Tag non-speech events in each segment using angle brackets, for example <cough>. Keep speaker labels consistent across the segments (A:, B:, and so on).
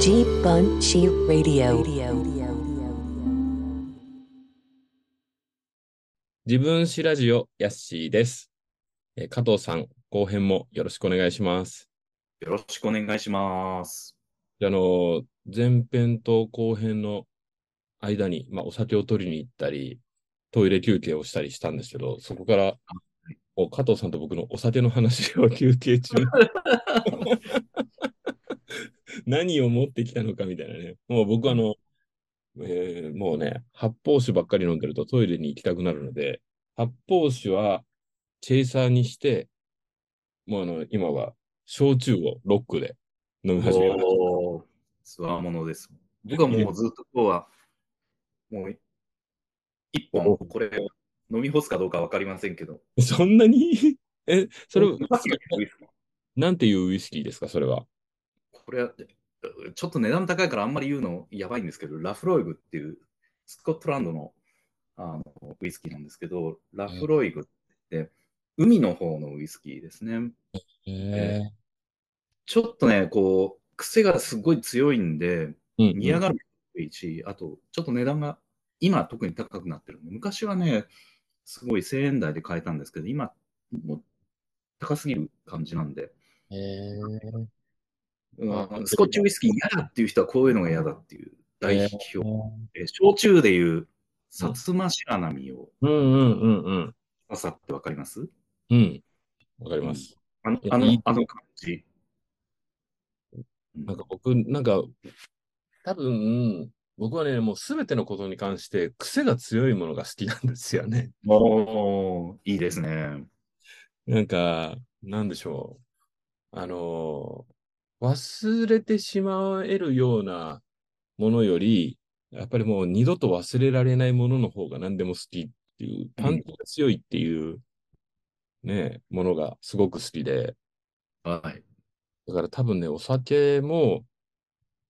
A: G Bunchy Radio.
B: 自分史ラジオやっしーです。えー加藤さん、後編もよろしくお願いします。
C: よろしくお願いします。
B: あのー、前編と後編の間に、まあ、お酒を取りに行ったり、トイレ休憩をしたりしたんですけど、そこから、こう加藤さんと僕のお酒の話を休憩中。何を持ってきたのかみたいなね。もう僕あの、えーもうね、発泡酒ばっかり飲んでるとトイレに行きたくなるので、発泡酒はチェイサーにして、もうあの、今は焼酎をロックで飲み始めまし
C: おー、つわものです。僕はもうずっと今日は、もう、一本、これ、飲み干すかどうかわかりませんけど。
B: た。 <laughs> そんなにえ、それ、
C: さっきのウイスキー
B: なんていうウイスキーですか、それは。
C: これは、ちょっと値段高いからあんまり言うのやばいんですけど、ラフロイグっていう、スコットランドのあのウイスキーなんですけど、ラフロイグって、海の方のウイスキーですね。
B: え
C: ちょっとね、こう、癖がすごい強いんで、
B: うん
C: 煮上がるいし、あと、ちょっと値段が、今特に高くなってるんで、昔はね、すごい1000円台で買えたんですけど、今、もう高すぎる感じなんで、うん
B: あ
C: スコッチウイスキー嫌だっていう人はこういうのが嫌だっていう代表
B: う、
C: えー焼酎でいう、薩摩白波を
B: んうんうんうん。
C: 刺さってわかります
B: うん。わかります。
C: あの
B: い、や
C: あ
B: い
C: の
B: い、
C: あの感じ。
B: なんか僕、なんか、多分、僕はね、もうすべてのことに関して癖が強いものが好きなんですよね。
C: おーいいですね。
B: なんか、なんでしょう。あの、忘れてしまえるようなものより、やっぱりもう二度と忘れられないものの方が何でも好きっていう、単調が強いっていう、ね、ものがすごく好きで、
C: はい。
B: だから多分ね、お酒も、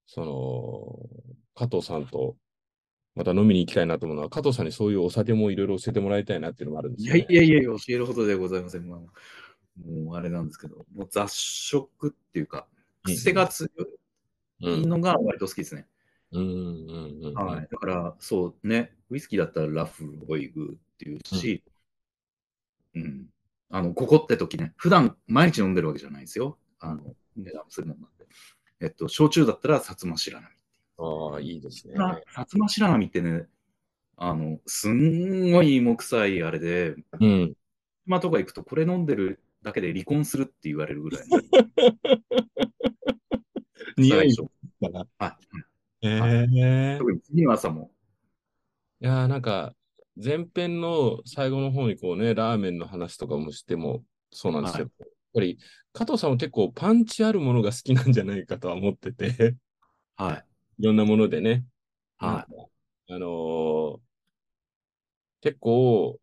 B: その、加藤さんと、また飲みに行きたいなと思うのは、加藤さんにそういうお酒もいろいろ教えてもらいたいなっていうのもあるんで
C: い
B: す
C: や
B: よね。
C: いやいや、教えるほどでございません。まあもうあれなんですけど、もう雑食っていうか、
B: うん
C: 癖が強
B: う
C: い
B: ん、
C: のが割と好きですね。
B: うん、うん、うん。
C: はい。だから、そうね、ウイスキーだったらラフロイグっていうし、うん、あの、ここって時ね、普段毎日飲んでるわけじゃないですよ。あの、値段するもんなんで。えっと、焼酎だったら薩摩白波。
B: ああ、いいですね。
C: 薩摩白波ってね、あの、すんごい芋臭いあれで、
B: うん。
C: まあとか行くと、これ飲んでるだけで離婚するって言われるぐらい。 <laughs>
B: 匂い
C: 最初
B: だな。
C: あ
B: へえ。
C: 特に次の朝も。
B: いやーなんか、前編の最後の方にこうね、ラーメンの話とかもしてもそうなんですけど、やっぱり、加藤さんは結構パンチあるものが好きなんじゃないかとは思ってて、 <laughs>
C: はい。
B: いろんなものでね。
C: はい。
B: あのー結構、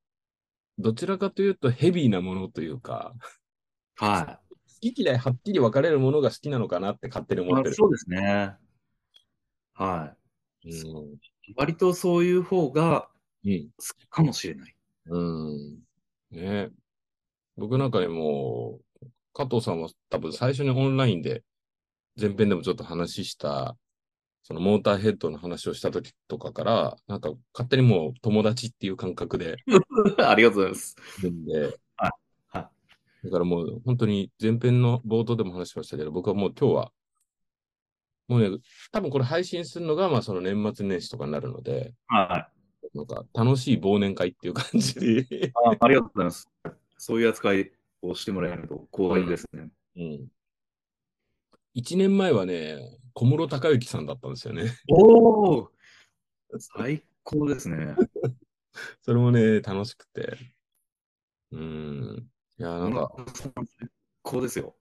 B: どちらかというとヘビーなものというか、
C: は
B: 好き嫌いはっきり分かれるものが好きなのかなって勝手に
C: い。
B: 思ってる。
C: そうですね。は
B: うん
C: い。割とそういう方が
B: うん。
C: 好きかもしれない。 <laughs>
B: うん。ね僕なんかね、もう、加藤さんは多分最初にオンラインで、前編でもちょっと話した、そのモーターヘッドの話をした時とかから、なんか勝手にもう友達っていう感覚 <laughs> で、
C: ありがとうございます。
B: るんで、
C: は
B: だからもう本当に前編の冒頭でも話しましたけど、僕はもう今日は、もうね、多分これ配信するのが、まあその年末年始とかになるので、
C: い。はい
B: なんか楽しい忘年会っていう感じで、
C: あ。ありがとうございます。そういう扱いをしてもらえると光栄ですね。
B: うん。1年前はね、小室孝之さんだったんですよね。 <laughs>
C: おお最高ですね。
B: それもね、楽しくて。うん。いや、なんか、
C: 最高ですよ。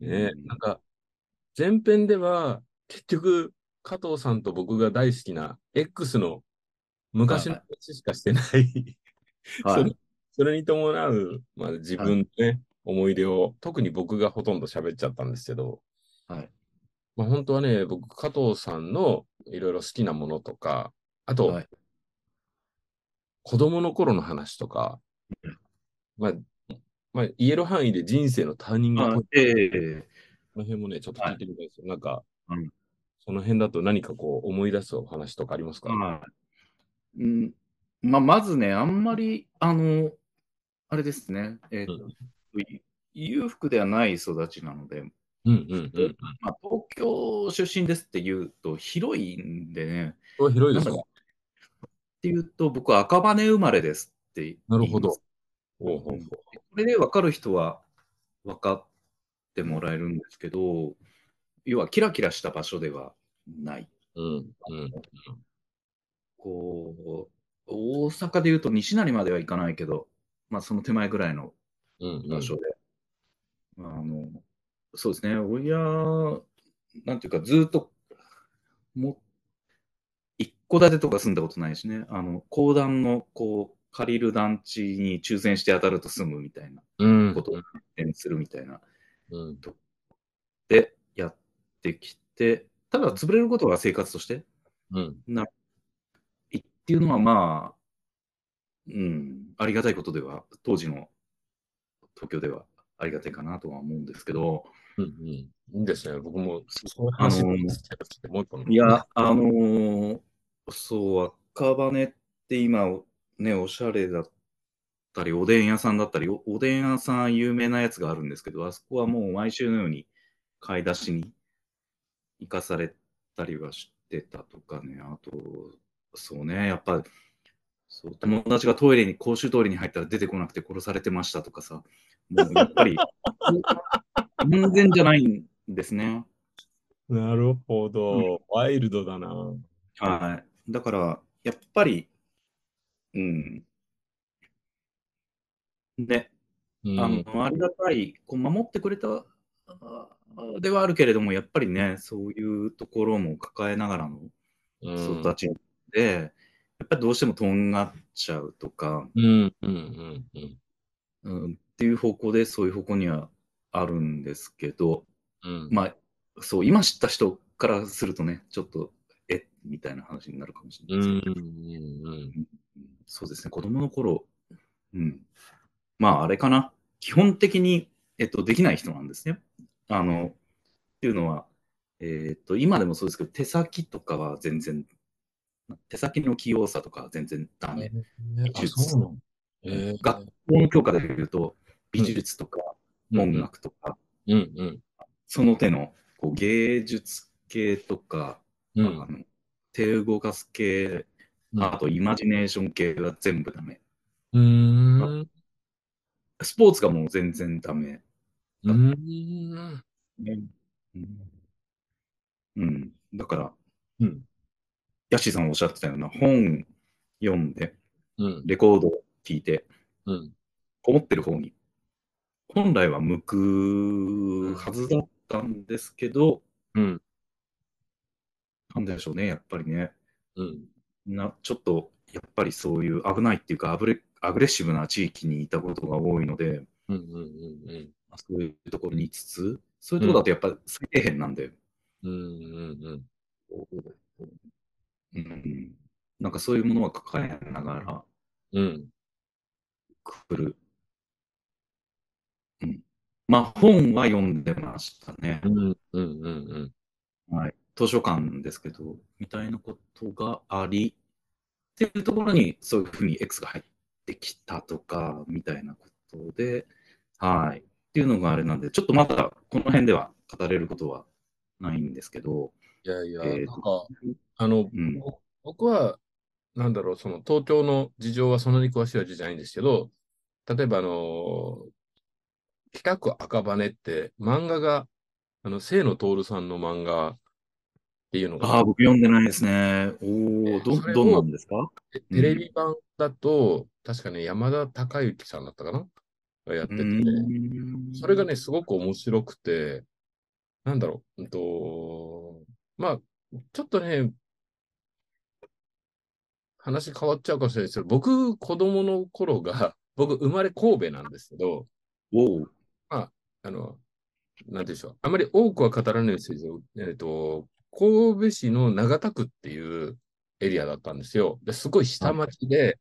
B: ね、なんか、前編では、結局、加藤さんと僕が大好きな X の昔の話しかしてない。
C: は
B: そ
C: い
B: れ。それに伴う、まあ、自分のね、思い出を、特に僕がほとんど喋っちゃったんですけど、
C: はい
B: まあ、本当はね、僕、加藤さんのいろいろ好きなものとか、あと、
C: はい
B: 子供の頃の話とか、まあ、まあ、言える範囲で人生のターニングポイン
C: あ
B: ト
C: ええ
B: この辺もね、ちょっと聞いてみたいですよ。なんか、
C: うん
B: その辺だと何かこう思い出すお話とかありますか、
C: はいうんまあ、まずね、あんまり、あの、あれですね、えーとい裕福ではない育ちなので、
B: うんうんうん。
C: まあ、東京出身ですって言うと、広いんでね、
B: これ広い
C: な
B: で
C: ん
B: す
C: か
B: か
C: っていうと、僕は赤羽生まれですって言います
B: なるほど。おうほうほ
C: これで分かる人は分かってもらえるんですけど、要はキラキラした場所ではない。
B: う。うんうん。
C: こう、大阪でいうと西成までは行かないけど、まあその手前ぐらいの
B: うんう
C: 場
B: ん。
C: 所で。あの、そうですね、親、なんていうか、ずっと、も、一戸建てとか住んだことないしね、あの、公団の、こう、借りる団地に抽選して当たると住むみたいな、
B: うん
C: ことを転するみたいな、
B: うん。
C: で、やってきて、ただ潰れることが生活として
B: うん。
C: いっていうのは、まあ、うん、ありがたいことでは、当時の東京ではありがたいかなとは思うんですけど、
B: うんうん。いいですね。僕も、そういう
C: あの
B: 話も聞きたくてもう一個の
C: いや、あのーそう、赤羽って今、ね、おしゃれだったり、おでん屋さんだったり、おおでん屋さん有名なやつがあるんですけど、あそこはもう毎週のように買い出しに行かされたりはしてたとかね、あと、そうね、やっぱ、そう友達がトイレに、公衆トイレに入ったら出てこなくて殺されてましたとかさ、もうやっぱり、完全じゃないんですね。
B: なるほど、
C: う
B: ワイルドだな。う
C: はい。だから、やっぱり、うん。ね、
B: ん。
C: あの、ありがたい、こう、守ってくれた、あではあるけれども、やっぱりね、そういうところも抱えながらの
B: うん
C: 育ちで、やっぱりどうしてもとんがっちゃうとか、
B: うんうんうんうん
C: うん、っていう方向で、そういう方向にはあるんですけど、
B: うん。
C: まあ、そう、今知った人からするとね、ちょっと、え、みたいな話になるかもしれな
B: う
C: い
B: ん
C: で
B: う
C: す
B: んう
C: けど
B: ん
C: そうですね、子供の頃、うん。まあ、あれかな。基本的に、えっと、できない人なんですね。あの、っていうのは、えっと、今でもそうですけど、手先とかは全然、手先の器用さとかは全然ダ
B: あ
C: メ。
B: ねあ、そうなのえー
C: 学校の教科でいうと、美術とか音楽とか、
B: うんうん
C: その手のこう芸術系とか、
B: うん
C: あの手動かす系、
B: うん
C: あとイマジネーション系は全部ダメ。
B: うーん
C: スポーツがもう全然ダメ。
B: うーん
C: うん。うん。だから、
B: うん
C: ヤッシーさんおっしゃってたような本読んで、
B: うん
C: レコードを聴いて、
B: うん
C: こもってる方に、本来は向くはずだったんですけど、
B: うん
C: なんでしょうね、やっぱりね。
B: うん
C: な、ちょっと、やっぱりそういう危ないっていうか、アブレ、アグレッシブな地域にいたことが多いので、
B: うんうんうん
C: そういうところにいつつ、そういうところだとやっぱり最底辺なんで、
B: うんうんうん
C: うん、なんかそういうものは抱えながら
B: うん
C: 来る。うん、まあ本は読んでましたね。
B: うんうんうんうん
C: はい、図書館ですけど、みたいなことがあり、っていうところにそういうふうに X が入ってきたとか、みたいなことで、はい。っていうのがあれなんで、ちょっとまだこの辺では語れることはないんですけど、
B: いやいや、
C: えー
B: なんか、あの、
C: うん
B: 僕は、なんだろう、その東京の事情はそんなに詳しいわけじゃないんですけど、例えばあの、北区赤羽って漫画が、あの、清野徹さんの漫画っていうの
C: あ
B: が、
C: あ、僕読んでないですね。おお、ど、
B: それを
C: どうなんですか
B: テテレビ版だと、確かね、山田孝之さんだったかながやってて、それが、ね、すごく面白くて、なんだろう、うんと、まあ、ちょっとね、話変わっちゃうかもしれないですけど、僕、子供の頃が、 <laughs> 僕、生まれ神戸なんですけど、
C: おう
B: あの、なんて言うんでしょう、あまり多くは語らないですけど、えっと、神戸市の長田区っていうエリアだったんですよ。ですごい下町で、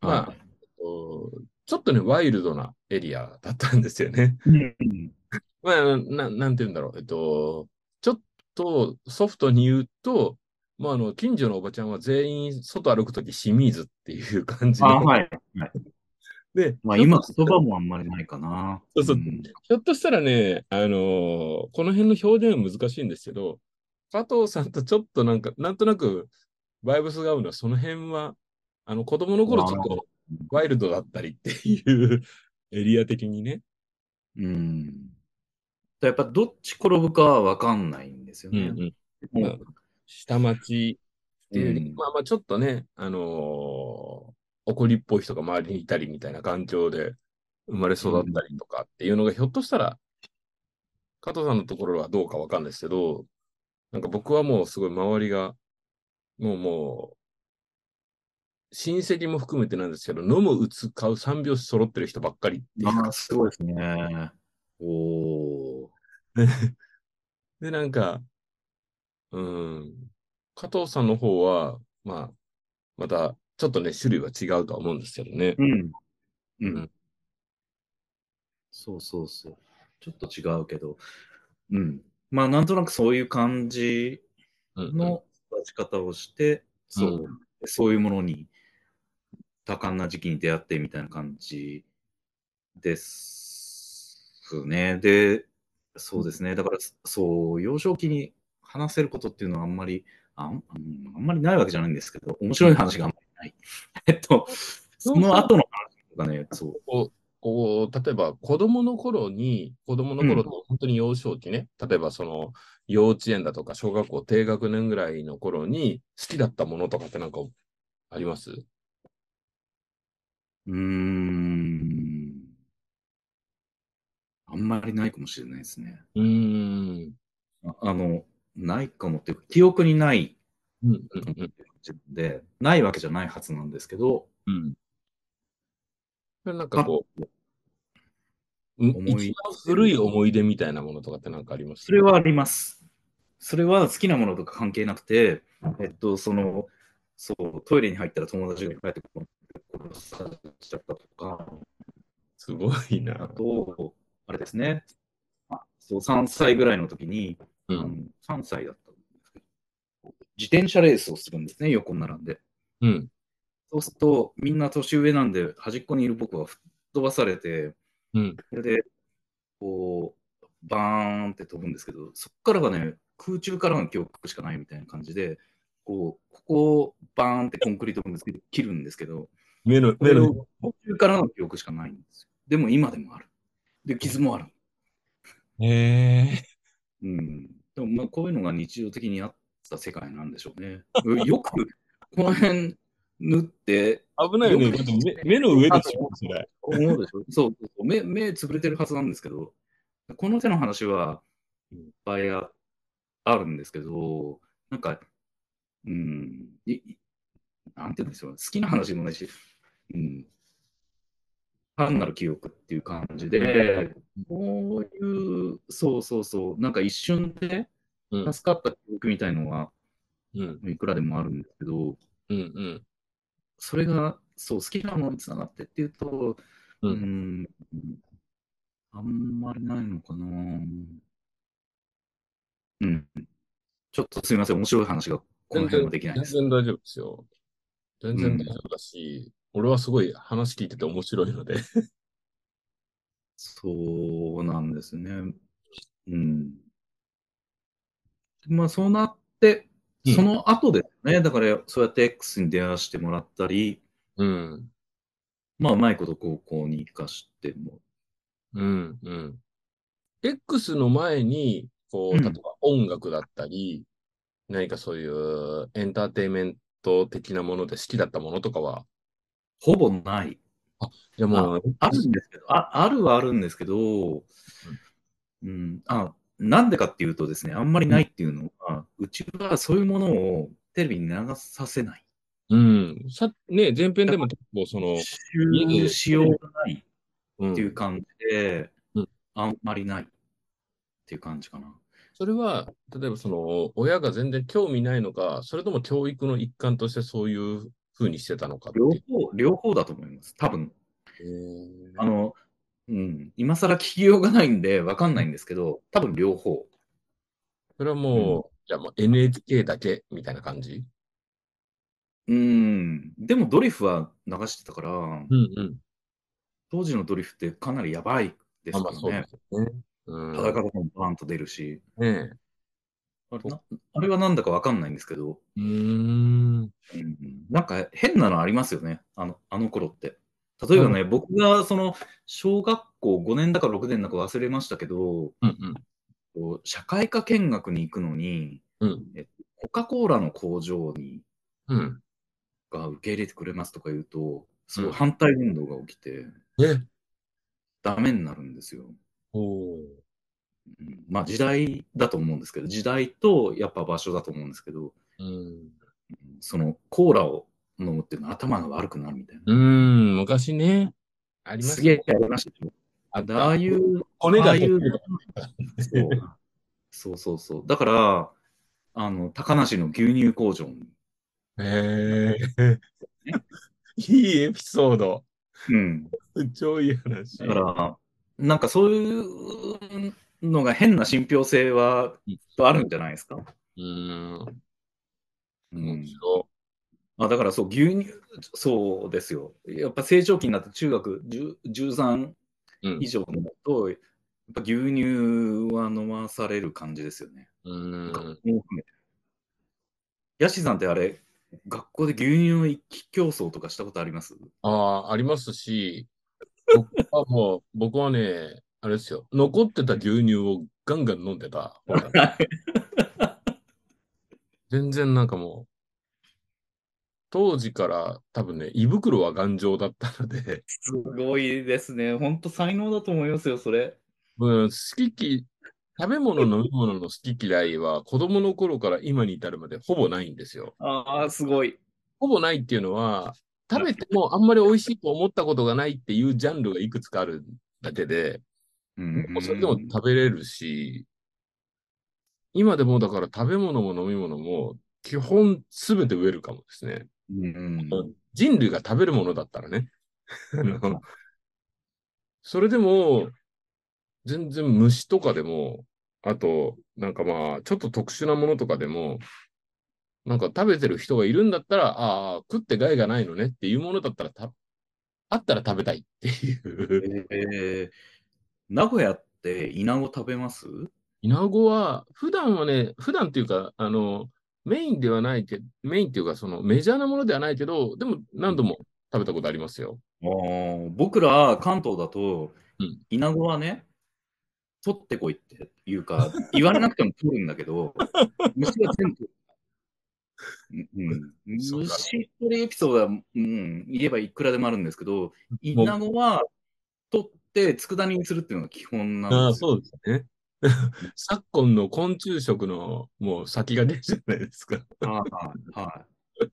B: まあ
C: はい
B: えっとちょっとね、ワイルドなエリアだったんですよね。
C: うん
B: まあ、な、なんて言うんだろう。えっと、ちょっとソフトに言うと、まあ、あの、近所のおばちゃんは全員外歩くとき清水っていう感じ
C: あ
B: の。
C: はい。
B: で、
C: まあ
B: ひょっ
C: 今
B: と
C: 言葉もあんまりないかな。
B: そうそうんひょっとしたらね、あのーこの辺の表現は難しいんですけど、加藤さんとちょっとなんか、なんとなく、バイブスが合うのは、その辺は、あの、子供の頃ちょっ
C: なる
B: とワイルドだったりっていうエリア的にね。
C: うん。やっぱどっち転ぶかはわかんないんですよ
B: うん
C: ね。
B: うん。
C: も
B: うん下町っていうより、
C: うん
B: まあまあちょっとね、あのー怒りっぽい人が周りにいたりみたいな環境で生まれ育ったりとかっていうのが、ひょっとしたら、加藤さんのところはどうかわかんないですけど、なんか僕はもうすごい周りが、もうもう、親戚も含めてなんですけど、飲む、打つ、買う、三拍子揃ってる人ばっかりっていう
C: あ
B: か
C: あ、すごいですね。おー。
B: で、なんか、うん、加藤さんの方は、まあ、また、ちょっとね、種類は違うとは思うんですけどね。
C: うん。う
B: うん
C: ん。そうそうそう。ちょっと違うけど。うん。まあ、なんとなくそういう感じ
B: うん、
C: の育ち方をして、そうう、そういうものに多感な時期に出会ってみたいな感じですね。で、そうですね。だから、そう、幼少期に話せることっていうのはあんまり、あんうんあんまりないわけじゃないんですけど、面白い話があんまりない。 <laughs> えっと、その後の話とかね、そう。
B: こう、例えば、子供の頃に、子供の頃と本当に幼少期ね、例えばその、幼稚園だとか、小学校低学年ぐらいの頃に、好きだったものとかってなんか、あります
C: うーん。あんまりないかもしれないですね。
B: うーん。
C: ああの、ないかもっていうか、記憶にない
B: うん、うん、うん。
C: 感じなんで、ないわけじゃないはずなんですけど、
B: うん。それなんかこう、うん
C: 思い
B: 一番古い思い出みたいなものとかってなんかあります
C: それはあります。それは好きなものとか関係なくて、えっと、その、そう、トイレに入ったら友達が帰ってこなくて殺されちゃったとか、
B: すごい
C: あ
B: な。
C: と、あれですね、あそう3歳ぐらいの時に、
B: う
C: あの
B: ん。
C: 3歳だったんですけど、自転車レースをするんですね、横に並んで。
B: うん。
C: そうすると、みんな年上なんで、端っこにいる僕は吹っ飛ばされて、
B: うん。
C: それで、こう、バーンって飛ぶんですけど、そこからがね、空中からの記憶しかないみたいな感じで、こう、ここをバーンってコンクリートぶつけて切るんですけど、
B: 目の、
C: これ
B: 目
C: を
B: の、
C: 空中からの記憶しかないんですよ。でも今でもある。で、傷もある。
B: へえ。
C: うん。でもまあ、こういうのが日常的にあった世界なんでしょうね。よく、この辺縫って、
B: 危ないよね。
C: よく
B: だって目目の上でしょ、それ。
C: 思うでしょそうそうそう目、目つぶれてるはずなんですけど、この手の話はいっぱいああるんですけど、なんか、うん、いいなんて言うんでしょう、好きな話でもないし、うん、単なる記憶っていう感じで、こういう、そうそうそう、なんか一瞬で
B: うん。
C: 助かった記憶みたいのは
B: うん。
C: いくらでもあるんですけど、
B: うん。
C: それが、そう、好きなものにつながってっていうと、
B: うん
C: ん、あんまりないのかな。うん。ちょっとすみません、面白い話がこの辺はできない
B: 全
C: です。
B: 然大丈夫ですよ。全然大丈夫だし、俺はすごい話聞いてて面白いので。
C: そうなんですね。うん。まあ、そうなって、
B: うん
C: その後ですね、だから、そうやって X に出会わせてもらったり、
B: うん。
C: まあ、うまいこと高校に行かしても
B: うん。うん。X の前に、こう、
C: うん
B: 例えば音楽だったり、何かそういうエンターテインメント的なもので好きだったものとかは、
C: ほぼない。
B: いやもう、
C: あるんですけど、ああるはあるんですけど、うん、あ、なんでかっていうとですね、あんまりないっていうのは、うちはそういうものをテレビに流させない。
B: うん。さ、ね、前編でも結構その、
C: 収入しようがない
B: うん
C: っていう感じで
B: うん、
C: あんまりないっていう感じかな。
B: それは、例えばその、親が全然興味ないのか、それとも教育の一環としてそういうふうにしてたのかってい
C: 両
B: う
C: 方、両方だと思います。多分、
B: へー
C: あの、うん、今更聞きようがないんで、わかんないんですけど、多分両方。
B: それはもう、じゃあもう NHK だけみたいな感じ
C: うん、でもドリフは流してたから、
B: うんうん。
C: 当時のドリフってかなりやばいです
B: あ、ま
C: か
B: あ
C: ら
B: そう
C: ね
B: で。すよね。うん。
C: 裸でもバーンと出るし、
B: ね
C: あれなあれはなんだかわかんないんですけど、
B: え。うーん。
C: うんなんか変なのありますよね、あのあの頃って。例えばね、僕がその小学校5年だか6年だか忘れましたけ
B: う
C: ど、
B: んうん。
C: こう社会科見学に行くのに、
B: うん
C: コカ・コーラの工場に
B: うん。
C: が受け入れてくれますとか言うと、そううん反対運動が起きて、
B: え
C: ダメになるんですよ。
B: おー
C: うんまあ時代だと思うんですけど、時代とやっぱ場所だと思うんですけど、
B: うん。
C: そのコーラを飲むっていうのは頭が悪くなるみたいな。
B: うーん、昔ね。ありますす
C: げえやりましたよ。
B: あった
C: ああいう、
B: 骨が
C: ああいう
B: 溶
C: そうそうそうそう。だから、あの、高梨の牛乳工場に、
B: へえ。 <laughs> いいエピソード。
C: うん。
B: 超いい話。
C: だから、なんかそういうのが変な信憑性はきっとあるんじゃないですか。
B: うーん。
C: う
B: 面
C: ん、
B: 白
C: あだからそう、牛乳、そうですよ。やっぱ成長期になって中学10 13
B: い。うん
C: 以。上になると、やっぱ牛乳は飲まされる感じですよね。
B: うーん。
C: ヤシさんってあれ、学校で牛乳の一気競争とかしたことあります
B: ああ、ありますし、 <laughs> 僕はもう、僕はね、あれですよ。残ってた牛乳をガンガン飲んでた方だった。全然なんかもう、当時から多分ね、胃袋は頑丈だったので、 <laughs>
C: すごいですね。本当才能だと思いますよ、それ。
B: うん、好きき、食べ物、飲み物の好き嫌いは子供の頃から今に至るまでほぼないんですよ。
C: ああ、すごい。
B: ほぼないっていうのは、食べてもあんまり美味しいと思ったことがないっていうジャンルがいくつかあるだけで、もうそれでも食べれるし、今でもだから食べ物も飲み物も基本すべてウェルカムですね。
C: うん
B: 人類が食べるものだったらね。あの <laughs> それでも、全然虫とかでも、あと、なんかまあ、ちょっと特殊なものとかでも、なんか食べてる人がいるんだったら、ああ、食って害がないのねっていうものだったらた、あったら食べたいっていう。
C: えー名古屋ってイナゴ食べます
B: イナゴは、普段はね、普段っていうか、あの、メインではないけど、メインっていうか、そのメジャーなものではないけど、でも何度も食べたことありますよ。
C: あー僕ら関東だと
B: うん、
C: イナゴはね、取ってこいっていうか、言われなくても取るんだけ
B: <laughs>
C: ど、虫が全部。うんうん、
B: そうだ
C: 虫取りエピソードは、うん、言えばいくらでもあるんですけど、イナゴは取って佃煮にするっていうのが基本
B: あ
C: なん
B: あ、
C: ですよ。
B: そうですね。 <laughs> 昨今の昆虫食のもう先が出るじゃないですか。
C: はいはい。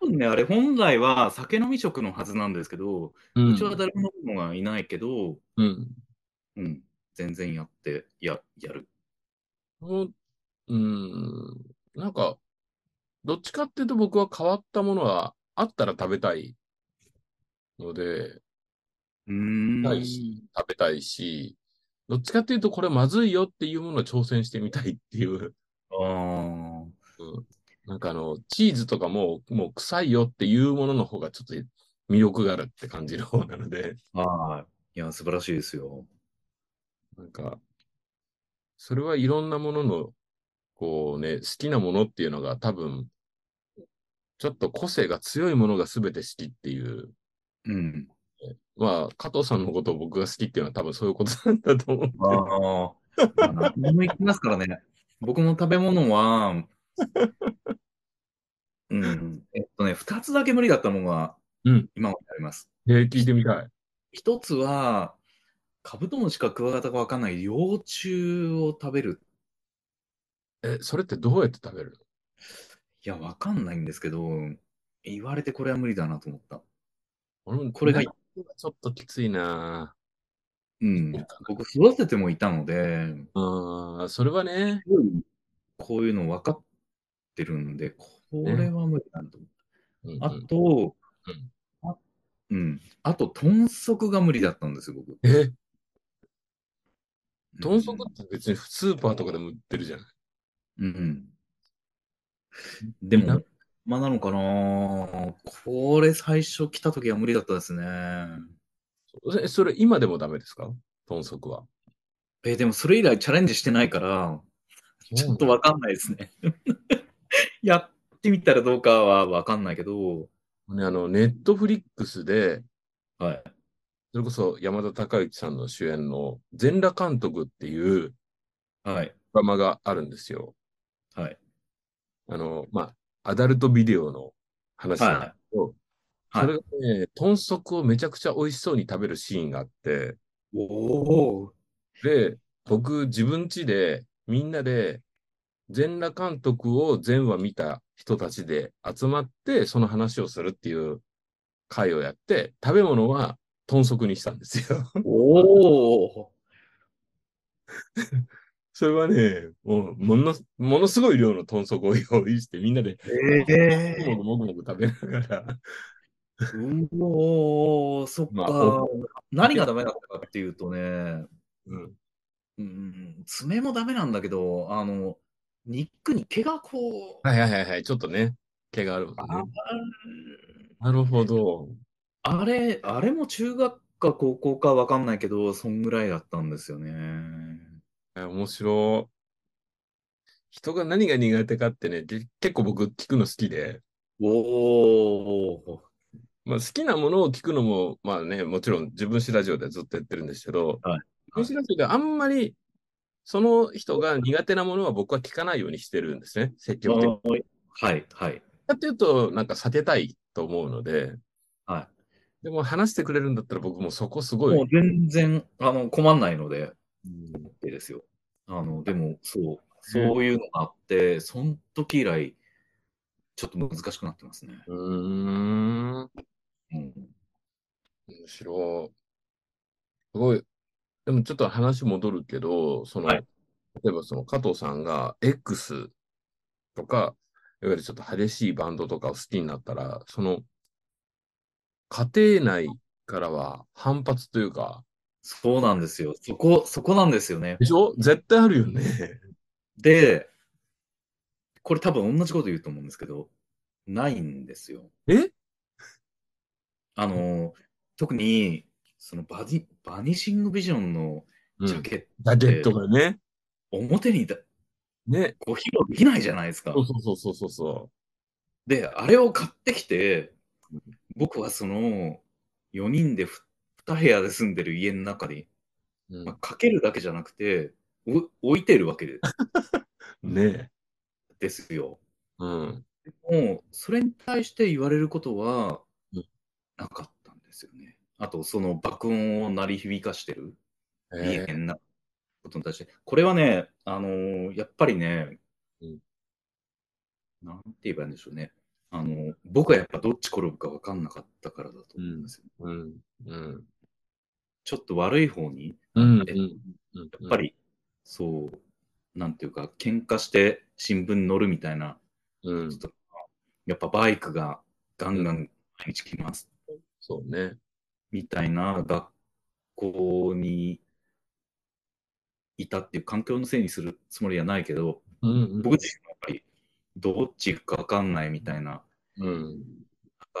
C: 多分ね、あれ本来は酒飲み食のはずなんですけど、
B: う
C: うんちは誰も飲むのがいないけど、
B: うん。
C: うん、全然やって、や、やる。
B: もう、うん。なんか、どっちかっていうと僕は変わったものはあったら食べたいので、
C: うーん。
B: ないし食べたいし、どっちかっていうとこれまずいよっていうものを挑戦してみたいっていう。
C: あー
B: なんかあの、チーズとかも、もう臭いよっていうものの方がちょっと魅力があるって感じの方なので。
C: はい。いや、素晴らしいですよ。
B: なんか、それはいろんなものの、こうね、好きなものっていうのが多分、ちょっと個性が強いものが全て好きっていう、
C: <laughs> うん。
B: まあ、加藤さんのことを僕が好きっていうのは多分そう <laughs> いうことなんだと思う。
C: ああ。何でもいきますからね。僕も食べ物は、うん。えっとね、二つだけ無理だったのが、
B: うん
C: 今まであります。
B: えー、聞いてみたい。
C: 一つは、カブトムシかクワガタかわかんない幼虫を食べる。
B: え、それってどうやって食べる
C: いや、わかんないんですけど、言われてこれは無理だなと思った。
B: の俺も
C: これが
B: なんかちょっときついな
C: うん。僕、育ててもいたので、
B: あーそれはね、
C: こういうの分かってるんで、これは無理だなと思った。
B: うんうん
C: あと、
B: うん
C: あうん。あと、豚足が無理だったんですよ、僕。
B: え、豚
C: う
B: 足
C: ん
B: って別にスーパーとかでも売ってるじゃない。
C: うん。でも、まあなのかなこれ最初来た時は無理だったですね。
B: えそれ今でもダメですか豚足は。
C: えーでもそれ以来チャレンジしてないから、ちょっとわかんないですね。 <laughs> やってみたらどうかはわかんないけど、
B: ね、あの、ネットフリックスで、
C: はい。
B: それこそ山田孝之さんの主演の全裸監督っていう
C: はい。
B: ドラマがあるんですよ。
C: はい。
B: あの、まあ、アダルトビデオの話なんですけど、
C: はい
B: それがね、豚足をめちゃくちゃ美味しそうに食べるシーンがあって、
C: おお。
B: で、僕、自分家で、みんなで、全裸監督を全話見た人たちで集まって、その話をするっていう会をやって、食べ物は豚足にしたんですよ。 <laughs>
C: おお。
B: それはね、もう、もの、ものすごい量の豚足を用意して、みんなで、
C: え
B: もぐもぐもぐ食べながら、 <laughs>
C: ー。うおーそっか、
B: まあ
C: 何がダメだったかっていうとね、
B: うん、
C: うん、爪もダメなんだけど、あの、肉に毛がこう、
B: はいはいはいはい、ちょっとね、毛があるもんね。
C: うん
B: なるほど。
C: あれ、あれも中学か高校かわかんないけど、そんぐらいだったんですよね。
B: え面白い。人が何が苦手かってね、け結構僕聞くの好きで、
C: おお。
B: まあ、好きなものを聞くのも、まあね、もちろん自分史ラジオではずっとやってるんですけど、
C: はい
B: 自分史ラジオではあんまりその人が苦手なものは僕は聞かないようにしてるんですね、積極的に。
C: はい、はい、
B: だっていうと、なんか避けたいと思うので、
C: は
B: でも話してくれるんだったら僕もそこす
C: い。
B: ごい。
C: もう全然、あの、困んないので、
B: うん
C: いいですよ。あの、でも、そう、そういうのがあって、その時以来、ちょっと難しくなってますね。
B: うーん、
C: うん。
B: 面白い。すごい。でもちょっと話戻るけど、その、
C: はい
B: 例えばその加藤さんが X とか、いわゆるちょっと激しいバンドとかを好きになったら、その、家庭内からは反発というか、
C: そうなんですよ。そこ、そこなんですよね。
B: でしょ絶対あるよね。
C: で、これ多分同じこと言うと思うんですけど、ないんですよ。
B: え
C: あの、特に、そのバディ、バニシングビジョンの
B: うん
C: ジャケッ
B: ジャケットがね。
C: ト、表にだ
B: ね。
C: こう披露できないじゃないですか
B: そ。うそうそうそうそ
C: で、あれを買ってきて、僕はその、4人で2部屋で住んでる家の中に、
B: う。う
C: まあ、かけるだけじゃなくて、お置いてる
B: <laughs>
C: わけで
B: ん、ね
C: ですよ。
B: うん。
C: もう、それに対して言われることは
B: うん
C: なかったんですよね。あと、その爆音を鳴り響かしてる、
B: え
C: 家なことに対して、これはね、あのーやっぱりね、
B: うん
C: なんて言えばいいんでしょうね。あのー僕はやっぱどっち転ぶか分かんなかったからだと思うんですよ。
B: ーうん。うん。
C: ちょっと悪い方に、
B: うん。
C: え
B: うん
C: やっぱ、り、そう、なんていうか、喧嘩して新聞乗るみたいな、
B: うん。
C: やっぱバイクがガンガン毎日来ます。
B: そうね。
C: みたいな学校にいたっていう環境のせいにするつもりはないけど、
B: うん、うん。
C: 僕自身もやっぱりどっち行くか分かんないみたいな
B: うん。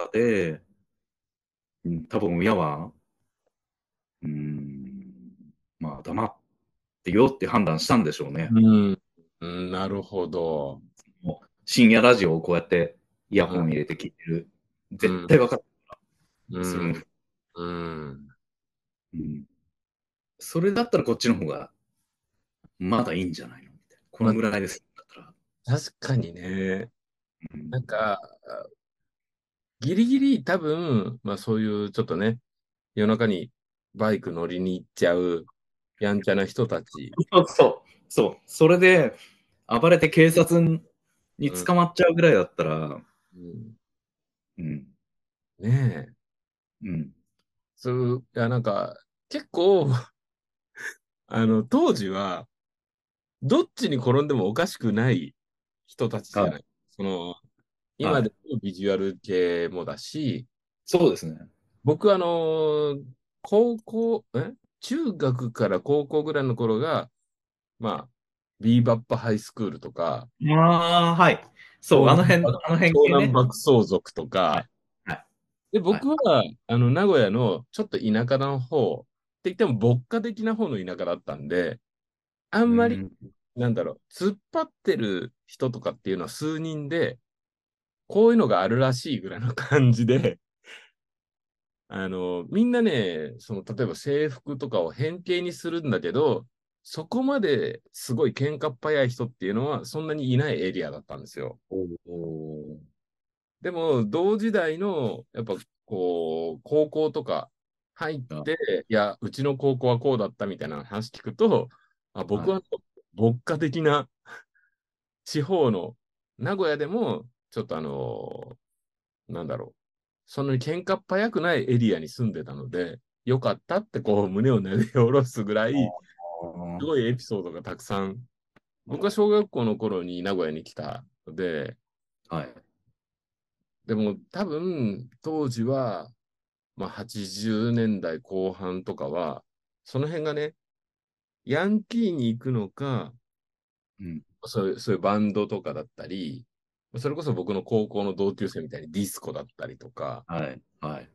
C: 中で、うん多分親は、うん、まあ黙ってよって判断したんでしょうね。
B: うん。うんなるほど。
C: 深夜ラジオをこうやってイヤホン入れて聞いてる。絶対分かっ
B: う
C: た、それも
B: ん。うん。
C: うんそれだったらこっちの方がまだいいんじゃないのみたいな。このぐらいです。だったら
B: 確かにね。
C: うん
B: なんか、ギリギリ多分、まあそういうちょっとね、夜中にバイク乗りに行っちゃう、やんちゃな人たち。
C: そう <laughs> そう、そう。それで暴れて警察に捕まっちゃうぐらいだったら、
B: うん
C: うん、
B: ねえ。
C: うん、
B: そう、いやなんか、結構、 <laughs> あの、当時は、どっちに転んでもおかしくない人たちじゃない。
C: は
B: その、今でもビジュアル系もだし、
C: そうですね。
B: 僕、あのー高校、え中学から高校ぐらいの頃が、まあ、ビーバップハイスクールとか、
C: ああ、はい。そう、あの辺、あの辺
B: 東
C: 系ね
B: 南。爆走族とか
C: はいはい、
B: で、僕は、あの、名古屋のちょっと田舎の方、って言っても、牧歌的な方の田舎だったんで、あ
C: あ
B: んまり、なんだろう、突っ張ってる人とかっていうのは数人で、こういうのがあるらしいぐらいの感じで、 <laughs> あの、みんなね、その、例えば制服とかを変形にするんだけど、そこまですごい喧嘩っ早い人っていうのはそんなにいないエリアだったんですよ。
C: おー
B: でも、同時代の、やっぱこう、高校とか入って、いや、うちの高校はこうだったみたいな話聞くと、あ僕は、牧歌的な地方の、名古屋でも、ちょっとあのなんだろう、そんなに喧嘩っ早くないエリアに住んでたので、よかったってこう、胸をなで下ろすぐらい、
C: あ
B: すごいエピソードがたくさん、僕は小学校の頃に名古屋に来たので、
C: ーはい。
B: でも多分当時は、まあ、80年代後半とかはその辺がねヤンキーに行くのか
C: うん。
B: そういうそういうバンドとかだったりそれこそ僕の高校の同級生みたいにディスコだったりとか
C: はい。はい。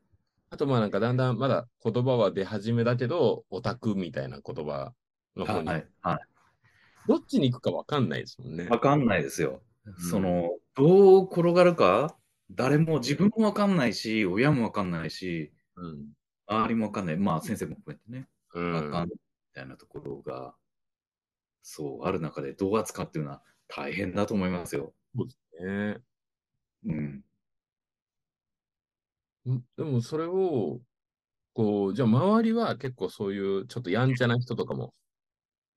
B: あとまあなんかだんだんまだ言葉は出始めだけどオタクみたいな言葉の方に
C: はい。は
B: どっちに行くかわかんないですもんね
C: い。。わかんないですよ。
B: うん
C: その、どう転がるか、誰も自分もわかんないし、親もわかんないし、
B: うん
C: 周りもわかんない。まあ、先生も含めてね、
B: う
C: わかん
B: ん
C: ないみたいなところが、そう、ある中でどう扱うっていうのは大変だと思いますよ。
B: ね
C: うん。
B: んでもそれを、こう、じゃあ周りは結構そういうちょっとやんちゃな人とかも、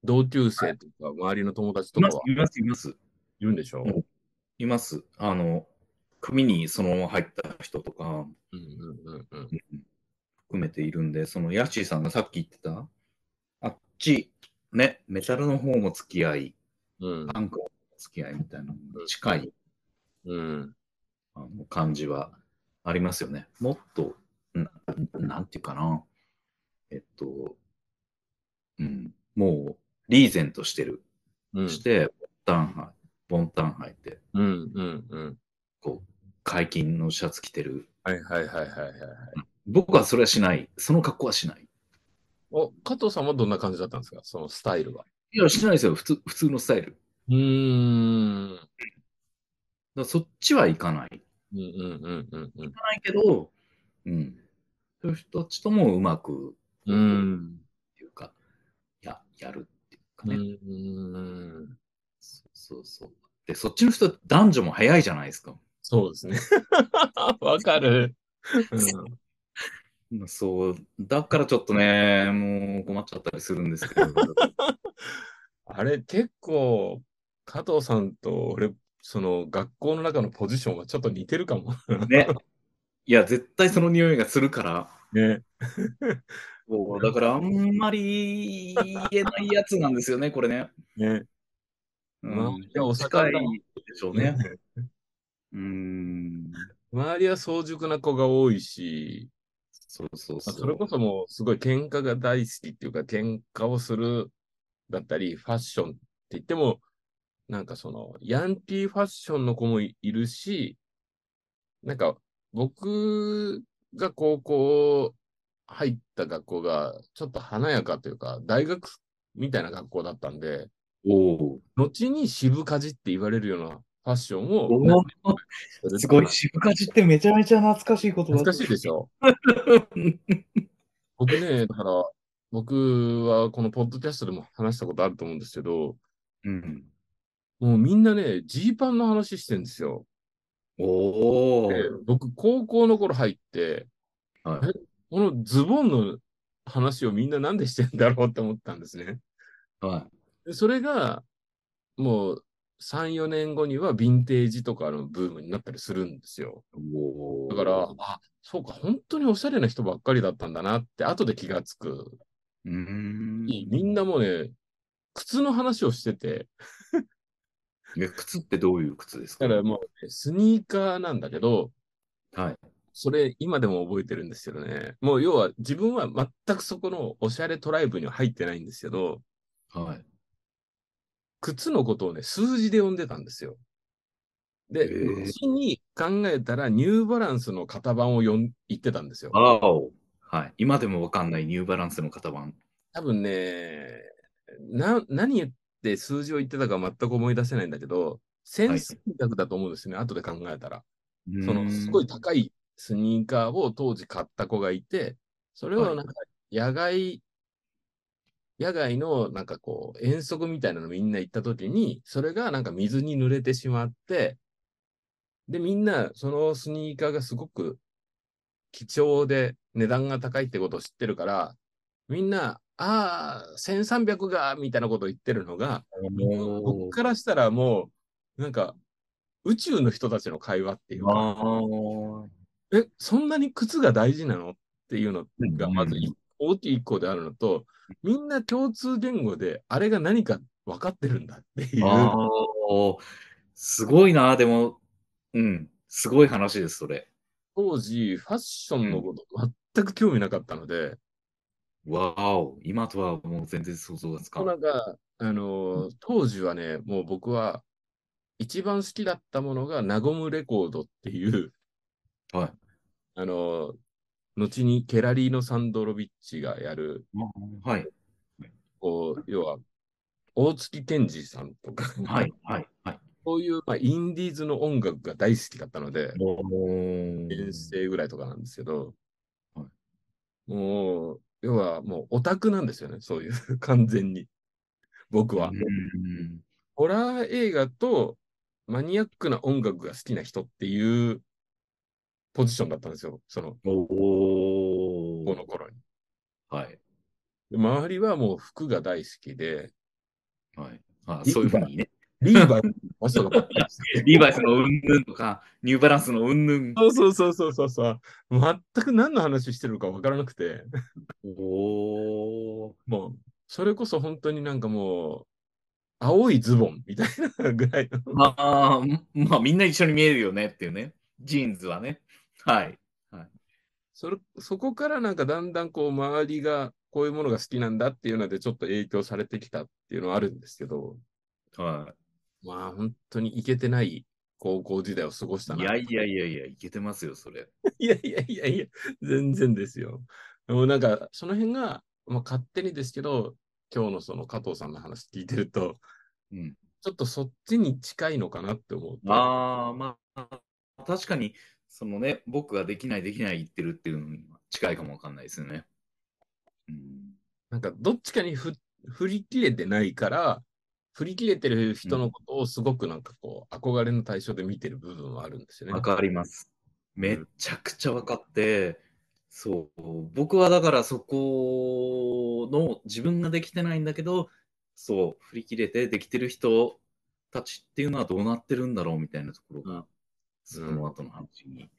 B: 同級生とか周りの友達と
C: い
B: か
C: ます
B: は、
C: います、います。
B: いるんでしょ
C: うんいます。あの、組にそのまま入った人とか
B: うんうんうんうん。
C: 含めているんで、そのヤッシーさんがさっき言ってた、あっち、ね、メタルの方も付き合い、
B: うん
C: パンクの付き合いみたいなのに近い
B: うん
C: あの感じはありますよね。もっと、ななんていうかな、えっと、うん、もうリーゼントしてる。
B: うん
C: して、ボンタンハイ、ボンタンハイって、
B: うんうんうん。
C: こう、解禁のシャツ着てる
B: はいはいはいはいはい。
C: 僕はそれはしない。その格好はしない。
B: お、加藤さんはどんな感じだったんですかそのスタイルは。
C: いや、しないですよ。普通普通のスタイル。だか
B: うーん。
C: らそっちはいかない。い
B: うんうんうんうんうん。
C: かないけど、うん。そういう人たちともうまく、
B: うーん。
C: っていうか、や、やるっていうか
B: う
C: ね。
B: ーん。
C: そうそうそう。で、そっちの人、男女も早いじゃないですか。
B: そうですね。 <laughs> わかる。
C: まあそう。だからちょっとね、もう困っちゃったりするんですけ
B: <laughs>
C: ど。
B: あれ、結構、加藤さんと俺、その学校の中のポジションはちょっと似てるかも。
C: ね。いや、絶対その匂いがするから。
B: ね。
C: そうだからあんまり言えないやつなんですよね、これね。
B: ね。
C: うん
B: まあでもお
C: 近
B: 魚
C: い
B: だ
C: でしょうね。うーん。
B: <laughs> 周りは早熟な子が多いし、
C: そうそう
B: ま
C: そ
B: あ
C: う。
B: それこそもうすごい喧嘩が大好きっていうか、喧嘩をするだったり、ファッションって言っても、なんかその、ヤンキーファッションの子もいいるし、なんか僕が高校入った学校がちょっと華やかというか、大学みたいな学校だったんで、
C: おー
B: 後に渋かじって言われるようなファッション
C: お
B: を、
C: ーすごい、渋かじってめちゃめちゃ懐かしいこと
B: 難しいでし
C: <laughs>
B: ょ僕ね、だから、僕はこのポッドキャストでも話したことあると思うんですけど、
C: うん。
B: もうみんなね、ジーパンの話してんですよ。
C: おお、
B: で僕、高校の頃入って、
C: はい
B: このズボンの話をみんななんでしてんだろうって思ったんですね。
C: は
B: でそれが、もう3、4年後にはヴィンテージとかのブームになったりするんですよ。
C: い。お
B: だ
C: ー
B: から、あ、そうか、本当におしゃれな人ばっかりだったんだなって、後で気がつく。
C: うーん。い
B: みんなもうね、靴の話をしてて、
C: や靴ってどういう靴ですか
B: だからもうね、スニーカーなんだけど、
C: はい。
B: それ今でも覚えてるんですけどね。もう要は自分は全くそこのおしゃれトライブには入ってないんですけど、
C: はい。
B: 靴のことをね、数字で呼んでたんですよ。で、
C: へー
B: 後に考えたらニューバランスの型番を呼ん言ってたんですよ。
C: 青。はい。今でもわかんないニューバランスの型番。
B: 多分ね、な、何言って数字を言ってたか全く思い出せないんだけど、
C: い
B: 1300だと思うんですよね、後で考えたら。その、すごい
C: 高
B: 高いスニーカーを当時買った子がいて、それをなんか、野外、野外のなんかこう、遠足みたいなのみんな行った時に、それがなんか水に濡れてしまって、で、みんなそのスニーカーがすごく貴重で値段が高いってことを知ってるから、みんな、ああ、1300が、みたいなことを言ってるのが、僕からしたらもう、なんか、宇宙の人たちの会話っていうか、
C: あー
B: え、そんなに靴が大事なのっていうのが、まず
C: うん
B: い大きい一個であるのと、みんな共通言語で、あれが何か分かってるんだっていう、
C: あーすごいな、でも、うん、すごい話です、それ。
B: 当時、ファッションのこと、全く興味なかったので、
C: わーお、今とはもう全然想像がつか
B: な
C: な。
B: いんか、あのー当時はね、もう僕は、一番好きだったものが、ナゴムレコードっていう、 <laughs>
C: はい。
B: あのー後にケラリーノ・サンドロビッチがやる、
C: はい。
B: こう、要は、大月健二さんとか、
C: はい。はい。はい。
B: そういう、まあ、インディーズの音楽が大好きだったので、
C: おー
B: 遠征ぐらいとかなんですけど、
C: は
B: もう、要はもうオタクなんですよね、そういう、 <laughs> 完全に。僕は
C: う。ん
B: ホラー映画とマニアックな音楽が好きな人っていうポジションだったんですよ、その、
C: お
B: この
C: ー
B: 頃に。
C: はい。
B: で周りはもう服が大好き
C: <laughs>
B: で、
C: はい。あそういうふうにね。
B: リーバイスの人がばっかりですね
C: <laughs> リーバイスのうんぬんとか、ニューバランスのうんぬん。
B: そうそうそうそうそうそう。全く何の話してるのかわからなくて。
C: おー
B: もう、それこそ本当になんかもう、青いズボンみたいなぐらいの。
C: まあ、んまあ、みんな一緒に見えるよねっていうね。ジーンズはね。はい。
B: それ、そこからなんかだんだんこう周りがこういうものが好きなんだっていうのでちょっと影響されてきたっていうのはあるんですけど、
C: は
B: まあ本当にいけてない高校時代を過ごした
C: い。い
B: な。
C: やいやいやいや、いけてますよ、それ。
B: いやいやいやいや、全然ですよ。でもなんかその辺が、まあ、勝手にですけど、今日のその加藤さんの話聞いてると、
C: うん。
B: ちょっとそっちに近いのかなって思うと。
C: ああ、まあ、確かに、そのね、僕ができない、できない言ってるっていうのに近いかもわかんないですよね。うん。
B: なんかどっちかにふ振り切れてないから、振り切れてる人のことをすごくなんかこう、憧れの対象で見てる部分はあるんですよね
C: わ。かります。めちゃくちゃわかって、そう、僕はだからそこの自分ができてないんだけど、そう、振り切れてできてる人たちっていうのはどうなってるんだろうみたいなところが、その後の話に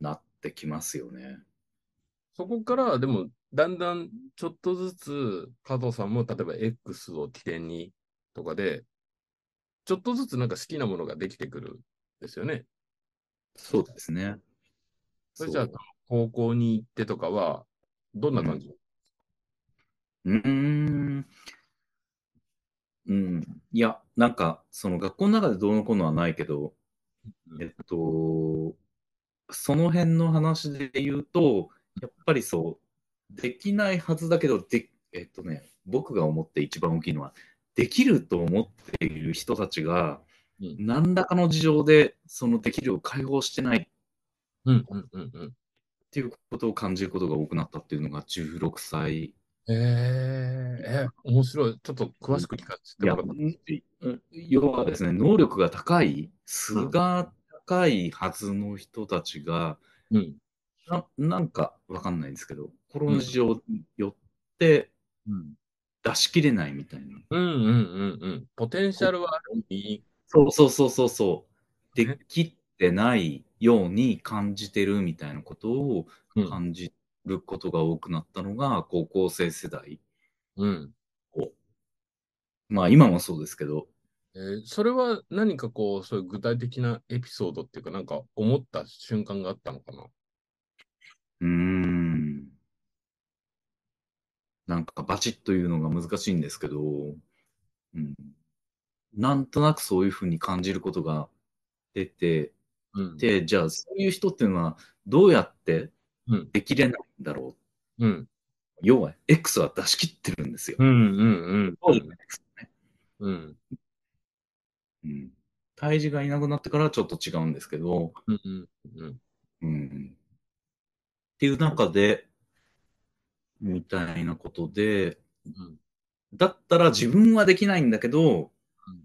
C: なってきますよね。
B: そこから、でも、だんだんちょっとずつ、加藤さんも例えば X を起点にとかで、ちょっとずつなんか好きなものができてくるんですよね。
C: そうですね。
B: それじゃあ
C: う、
B: 高校に行ってとかは、どんな感じ、
C: うーん。うん。いや、なんか、その学校の中でどうのこうのはないけど、えっと、その辺の話で言うと、やっぱりそう、できないはずだけど、で、えっとね、僕が思って一番大きいのは、できると思っている人たちが、
B: うん
C: 何らかの事情で、そのできるを解放してないっ
B: うんうんうんうん。
C: ていうことを感じることが多くなったっていうのが16歳
B: へえ、え、面白い。ちょっと詳しく聞かせて
C: いや
B: もらって。
C: うん要はですね、能力が高い、素が高いはずの人たちが、
B: うん。
C: ななんかわかんないんですけど、心の事情によって
B: うん
C: 出し切れないみたいな。
B: うんうんうんうん。ポテンシャルはあるに、
C: そうそうそうそうそう。できてないように感じてるみたいなことを
B: うん
C: 感じることが多くなったのが、高校生世代。
B: うん
C: まあ今もそうですけど、
B: えーそれは何かこう、そういう具体的なエピソードっていうか、なんか思った瞬間があったのかな。
C: うーん。なんかバチッというのが難しいんですけど、うん。なんとなくそういうふうに感じることが出て、
B: うん。
C: で、じゃあそういう人っていうのはどうやって
B: うん
C: できれないんだろう。
B: うん。
C: 要は X は出し切ってるんですよ。
B: うん。うん。
C: そうですね
B: うん。
C: うん。胎児がいなくなってからはちょっと違うんですけど、
B: うん。うん。うん。
C: うんっていう中で、みたいなことで、
B: うん
C: だったら自分はできないんだけど
B: うん、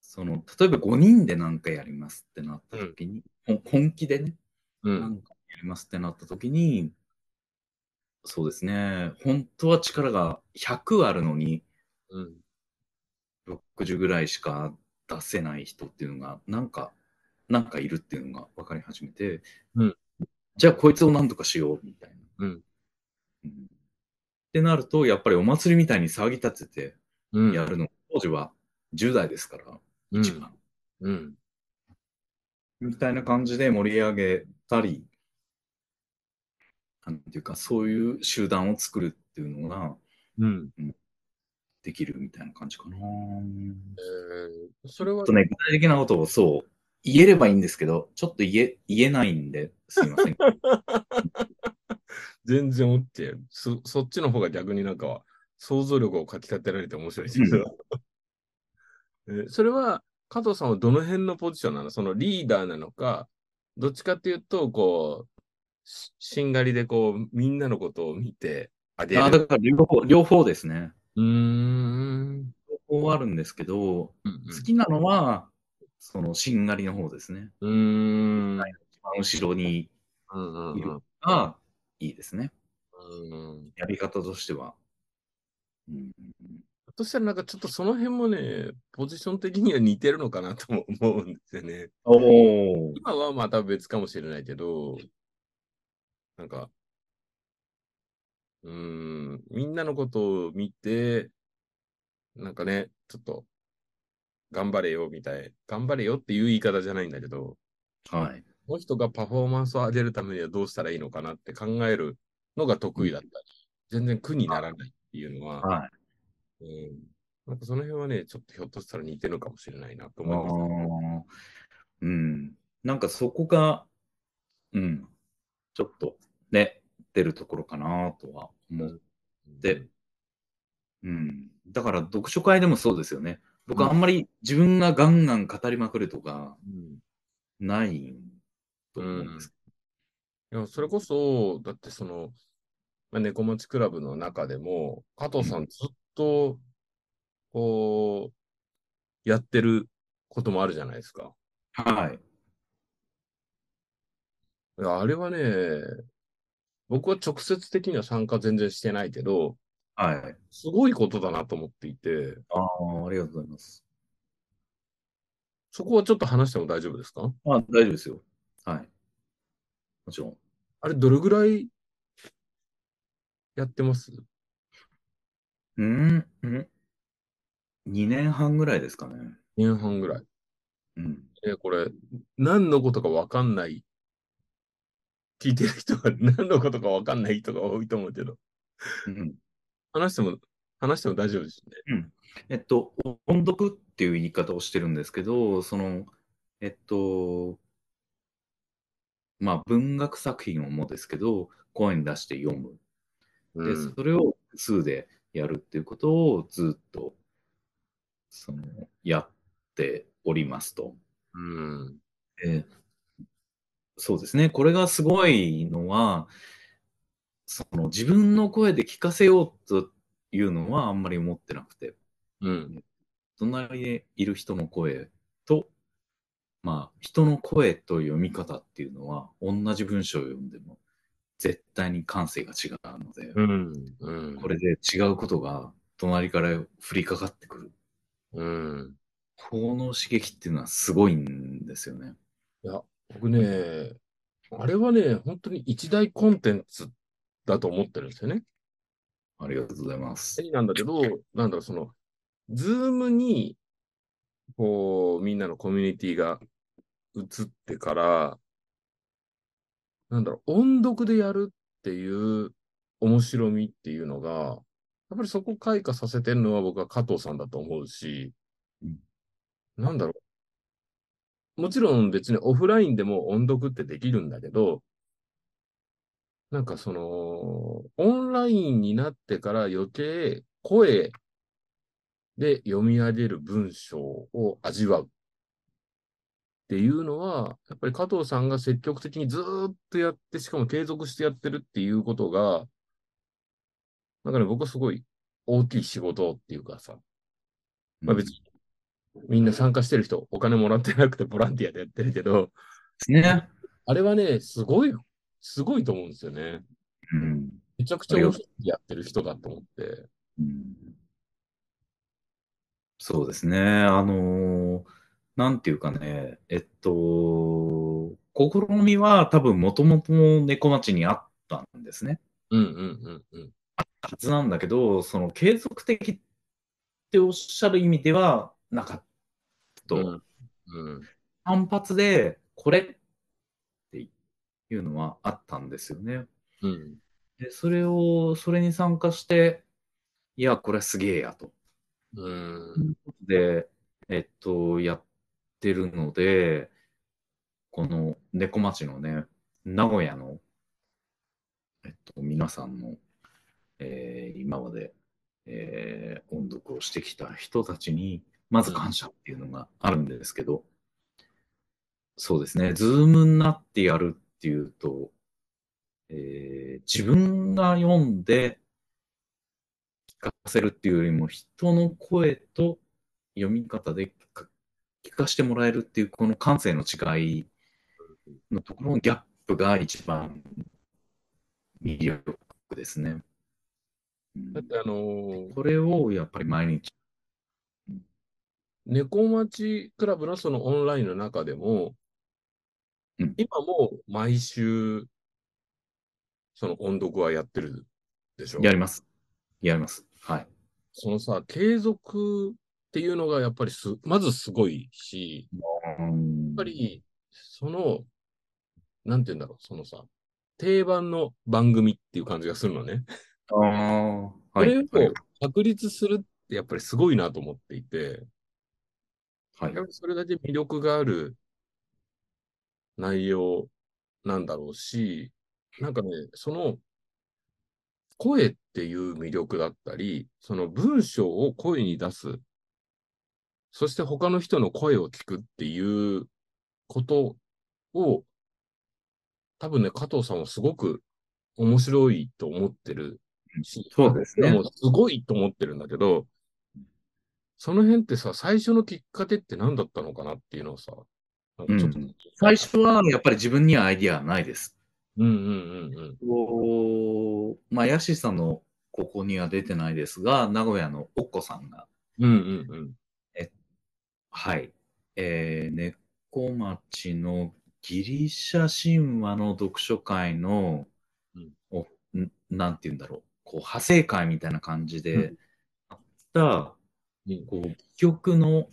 C: その、例えば5人で何かやりますってなった時に、ほ本気でね、
B: う。
C: なんんかやりますってなった時に、そうですね、本当は力が100あるのに、
B: うん。
C: 60ぐらいしか出せない人っていうのが、なんか、なんかいるっていうのが分かり始めて、
B: うん
C: じゃあこいつをなんとかしようみたいな。
B: うん
C: うんってなると、やっぱりお祭りみたいに騒ぎ立て
B: うん。
C: てやるの、当時は10代ですから、
B: うん。
C: 一番。
B: うん。
C: みたいな感じで盛り上げたり、なんていうか、そういう集団を作るっていうのが
B: うん。
C: できるみたいな感じかな。
B: えーそれ
C: ちょ
B: は
C: っと、ね、具体的なことをそう、言えればいいんですけど、ちょっと言え、言えないんで、すいません。
B: 全然おって、そ、そっちの方が逆になんか、想像力をかき立てられて面白いですけど。 <laughs> えーそれは、加藤さんはどの辺のポジションなのそのリーダーなのか、どっちかっていうと、こう、ししんがりでこう、みんなのことを見てあげ
C: <laughs> あ
B: る。
C: だから両方、両方ですね。
B: うーん。
C: 両方あるんですけど、
B: うん
C: 好きなのは、その、しんがりの方ですね。
B: うん。うーん。
C: 一番後ろに
B: うんうんうんうん
C: がいいですね。
B: うん
C: やり方としては。うん、
B: そしたらなんかちょっとその辺もね、ポジション的には似てるのかなとも思うんですよね。
C: おお。
B: 今はまた別かもしれないけど、なんか、うーん、みんなのことを見て、なんかね、ちょっと、頑張れよ、みたい。頑張れよっていう言い方じゃないんだけど、
C: はい。
B: この人がパフォーマンスを上げるためにはどうしたらいいのかなって考えるのが得意だったり、全然苦にならないっていうのは、
C: はい。
B: うんなんかその辺はね、ちょっとひょっとしたら似てるかもしれないなと
C: あ
B: 思います。
C: ーうん。なんかそこが、うん。ちょっと、ね、出るところかなとは思うでうん。だから読書会でもそうですよね。僕
B: うん
C: あんまり自分がガンガン語りまくるとか
B: うん、
C: ないと思うんですけ
B: いやそれこそ、だってその、まあ、猫町クラブの中でも、加藤さんずっと、こう、やってることもあるじゃないですか。
C: ど。はい。
B: いやあれはね、僕は直接的には参加全然してないけど、
C: はい。
B: すごいことだなと思っていて、
C: ああ、ありがとうございます。
B: そこはちょっと話しても大丈夫ですか
C: まあ、大丈夫ですよ。はい。もちろん。
B: あれ、どれぐらいやってます
C: うん、うん。2年半ぐらいですかね。
B: 年半ぐらい。
C: うん。
B: えーこれ、何のことかわかんない。聞いてる人は何のことかわかんない人が多いと思うけど、
C: うん、
B: 話しても、話しても大丈夫ですね。
C: えっと、音読っていう言い方をしてるんですけど、その、えっと、まあ、文学作品をもですけど、声に出して読む。で、
B: うん
C: それを数でやるっていうことをずっと、その、やっておりますと。
B: うん。
C: でそうですね。これがすごいのは、その自分の声で聞かせようというのはあんまり思ってなくて、
B: うん。
C: 隣にいる人の声と、まあ、人の声という読み方っていうのは、同じ文章を読んでも、絶対に感性が違うので、
B: うん。うん。
C: これで違うことが隣から降りかかってくる。
B: うん。
C: この刺激っていうのはすごいんですよね。
B: 僕ね、あれはね、本当に一大コンテンツだと思ってるんですよね。
C: ありがとうございます。
B: なんだけど、なんだろう、その、ズームに、こう、みんなのコミュニティが移ってから、なんだろう、音読でやるっていう面白みっていうのが、やっぱりそこを開花させてるのは僕は加藤さんだと思うし
C: うん、
B: なんだろう。もちろん別にオフラインでも音読ってできるんだけど、なんかその、オンラインになってから余計声で読み上げる文章を味わうっていうのは、やっぱり加藤さんが積極的にずーっとやって、しかも継続してやってるっていうことが、なんかね、僕はすごい大きい仕事っていうかさ、まあ別に、みんな参加してる人、お金もらってなくてボランティアでやってるけど、
C: ですね。
B: あれはね、すごい、すごいと思うんですよね。
C: うん。
B: めちゃくちゃ面白いやってる人だと思って。
C: うんそうですね。あのーなんていうかね、えっと、試みは多分もともと猫町にあったんですね。
B: うんうんうんうん。
C: はずなんだけど、その継続的っておっしゃる意味ではなかった。
B: うんうん
C: 単発でこれっていうのはあったんですよね。
B: うん
C: で、それを、それに参加して、いや、これすげえやと。
B: うん
C: で、えっと、やってるので、この猫町のね、名古屋の、えっと、皆さんの、えー今まで、えー音読をしてきた人たちに、まず感謝っていうのがあるんですけど、そうですね、ズームになってやるっていうと、えー自分が読んで聞かせるっていうよりも、人の声と読み方で聞か聞かせてもらえるっていう、この感性の違いのところのギャップが一番魅力ですね。うん
B: だってあのー
C: これをやっぱり毎日。
B: 猫町クラブのそのオンラインの中でも、
C: うん
B: 今も毎週、その音読はやってるでしょ
C: やります。やります。はい。
B: そのさ、継続っていうのがやっぱりす、まずすごいし、やっ
C: やっ
B: ぱ、り、その、なんて言うんだろう、そのさ、定番の番組っていう感じがするのね。
C: ああ、は
B: こ
C: い。
B: れを
C: はい。
B: 確立するってやっぱりすごいなと思っていて、
C: はい
B: やっぱりそれだけ魅力がある内容なんだろうし、なんかね、その声っていう魅力だったり、その文章を声に出す、そして他の人の声を聞くっていうことを、多分ね、加藤さんはすごく面白いと思ってるし、
C: そうですね
B: 僕らもすごいと思ってるんだけど、その辺ってさ、最初のきっかけって何だったのかなっていうのをさ、なんかちょっと、
C: うん最初はやっぱり自分にはアイディアがないです。
B: うんうんうんうん。
C: おまあ、ヤシさんのここには出てないですが、名古屋のおっこさんが、
B: うんうんうん。
C: はい、えー、猫町のギリシャ神話の読書会の、
B: うん
C: おんなんて言うんだろう、こう派生会みたいな感じ
B: う
C: であった、
B: うん
C: こう、戯曲の、